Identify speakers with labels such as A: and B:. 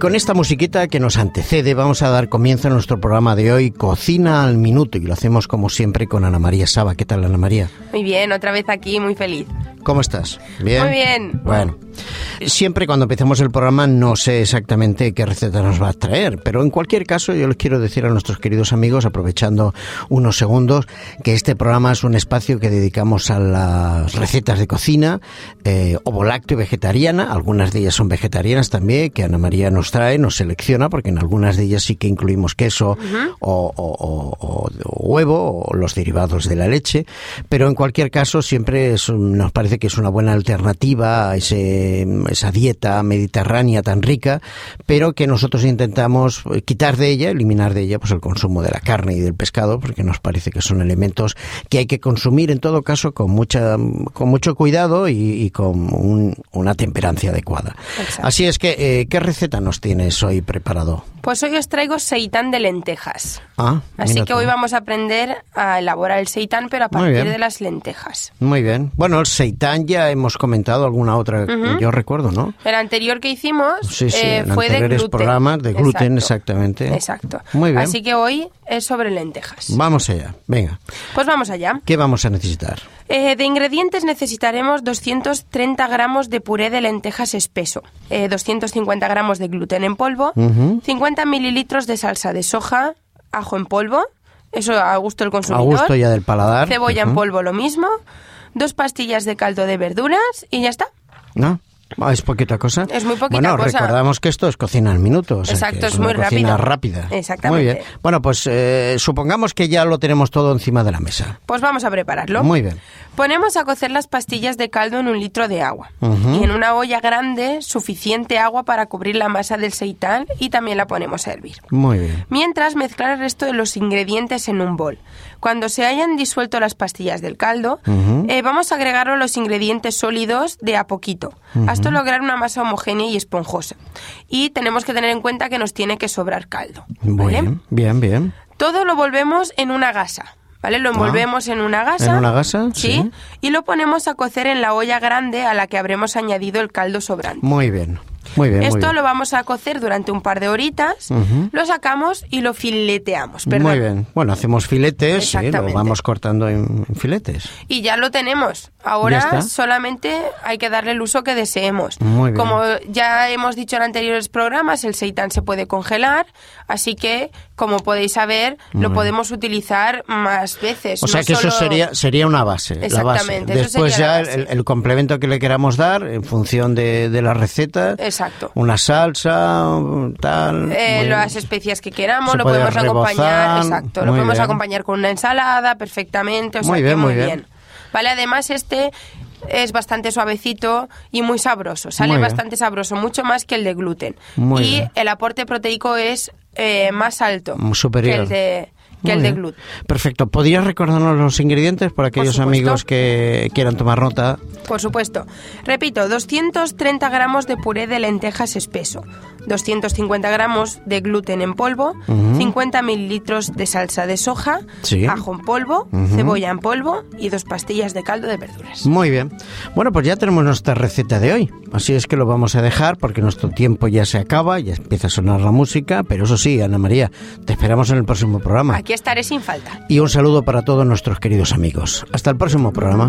A: con esta musiquita que nos antecede vamos a dar comienzo a nuestro programa de hoy, Cocina al Minuto, y lo hacemos como siempre con Ana María Saba. ¿Qué tal, Ana María?
B: Muy bien, otra vez aquí, muy feliz.
A: ¿Cómo estás? ¿Bien?
B: Muy bien.
A: Bueno, siempre cuando empecemos el programa no sé exactamente qué receta nos va a traer, pero en cualquier caso yo les quiero decir a nuestros queridos amigos, aprovechando unos segundos, que este programa es un espacio que dedicamos a las recetas de cocina, eh, ovolacto y vegetariana, algunas de ellas son vegetarianas también, que Ana María nos trae, nos selecciona, porque en algunas de ellas sí que incluimos queso o, o- o- o- o huevo o los derivados de la leche, pero en cualquier caso siempre es un- nos parece que es una buena alternativa a ese- esa dieta mediterránea tan rica, pero que nosotros intentamos eh, quitar de ella, eliminar de ella pues el consumo de la carne y del pescado, porque nos parece que son elementos que hay que consumir en todo caso con mucha con mucho cuidado y, y con un- una temperancia adecuada.
B: Exacto.
A: Así es que eh, ¿qué receta nos tienes hoy preparado?
B: Pues hoy os traigo seitán de lentejas.
A: Ah,
B: Así
A: mira
B: que
A: tú.
B: hoy vamos a aprender a elaborar el seitán, pero a
A: Muy
B: partir
A: bien.
B: de las lentejas.
A: Muy bien. Bueno, el seitán ya hemos comentado alguna otra que yo recuerdo, ¿no?
B: El anterior que hicimos
A: Sí, sí,
B: eh,
A: en
B: fue de
A: anteriores
B: gluten.
A: programas de gluten, exactamente.
B: Exacto.
A: Muy bien.
B: Así que hoy es sobre lentejas.
A: Vamos allá. Venga,
B: Pues vamos allá.
A: ¿qué vamos a necesitar?
B: Eh, de ingredientes necesitaremos 230 gramos de puré de lentejas espeso, eh, 250 gramos de gluten en polvo, 50 mililitros de salsa de soja, ajo en polvo, eso a gusto del
A: A
B: consumidor,
A: gusto ya del paladar.
B: cebolla en
A: Ujú.
B: polvo lo mismo, dos pastillas de caldo de verduras y ya está.
A: ¿No? Ah, Es poquita cosa.
B: Es muy poquita
A: bueno,
B: cosa.
A: recordamos que esto es cocina al minuto. o sea
B: Exacto,
A: que
B: es muy
A: una cocina
B: rápido.
A: rápida.
B: Exactamente.
A: Muy bien. Bueno, pues eh, supongamos que ya lo tenemos todo encima de la mesa.
B: Pues vamos a prepararlo.
A: Muy bien.
B: Ponemos a cocer las pastillas de caldo en un litro de agua y en una olla grande suficiente agua para cubrir la masa del seitán y también la ponemos a hervir.
A: Muy bien.
B: Mientras mezclar el resto de los ingredientes en un bol. Cuando se hayan disuelto las pastillas del caldo, eh, vamos a agregar los ingredientes sólidos de a poquito, hasta lograr una masa homogénea y esponjosa. Y tenemos que tener en cuenta que nos tiene que sobrar caldo.
A: Muy
B: ¿vale?
A: bien, bien, bien.
B: Todo lo volvemos en una gasa, ¿vale? Lo envolvemos en una gasa.
A: Ah. ¿En una gasa?
B: Sí,
A: Sí.
B: Y lo ponemos a cocer en la olla grande a la que habremos añadido el caldo sobrante.
A: Muy bien. Muy bien. muy
B: Esto
A: bien.
B: lo vamos a cocer durante un par de horitas, lo sacamos y lo fileteamos, perdón.
A: Muy bien. Bueno, hacemos filetes, sí, lo
B: Exactamente.
A: vamos cortando en, en filetes.
B: Y ya lo tenemos.
A: Ya está.
B: Ahora solamente hay que darle el uso que deseemos.
A: Muy bien.
B: Como ya hemos dicho en anteriores programas, el seitán se puede congelar, así que, como podéis saber, lo podemos utilizar más veces.
A: O sea
B: no
A: que
B: solo-
A: eso sería sería una base, la base.
B: Exactamente, eso
A: Después
B: sería
A: ya
B: la
A: el-
B: base.
A: El, el complemento que le queramos dar en función de, de la receta.
B: Exacto.
A: Una salsa, un tal.
B: Eh,
A: muy-
B: las especias que queramos,
A: Se
B: lo
A: puede
B: podemos
A: rebozar,
B: acompañar, exacto, lo
A: muy
B: podemos
A: bien.
B: acompañar con una ensalada perfectamente, o sea
A: Muy
B: que
A: bien, muy
B: muy
A: bien.
B: bien. Vale, además este es bastante suavecito y muy sabroso, sale
A: Muy bien.
B: bastante sabroso, mucho más que el de gluten.
A: Muy
B: y
A: bien.
B: el aporte proteico es eh, más alto
A: Mm, superior.
B: que el de que
A: Muy
B: el de
A: bien.
B: gluten.
A: Perfecto. ¿Podrías recordarnos los ingredientes para aquellos
B: supuesto.
A: amigos que quieran tomar nota?
B: Por supuesto. Repito, 230 gramos de puré de lentejas espeso, 250 gramos de gluten en polvo, 50 mililitros de salsa de soja,
A: Sí.
B: ajo en polvo, cebolla en polvo y dos pastillas de caldo de verduras.
A: Muy bien. Bueno, pues ya tenemos nuestra receta de hoy. Así es que lo vamos a dejar porque nuestro tiempo ya se acaba, ya empieza a sonar la música. Pero eso sí, Ana María, te esperamos en el próximo programa.
B: Aquí estaré sin falta.
A: Y un saludo para todos nuestros queridos amigos. Hasta el próximo programa.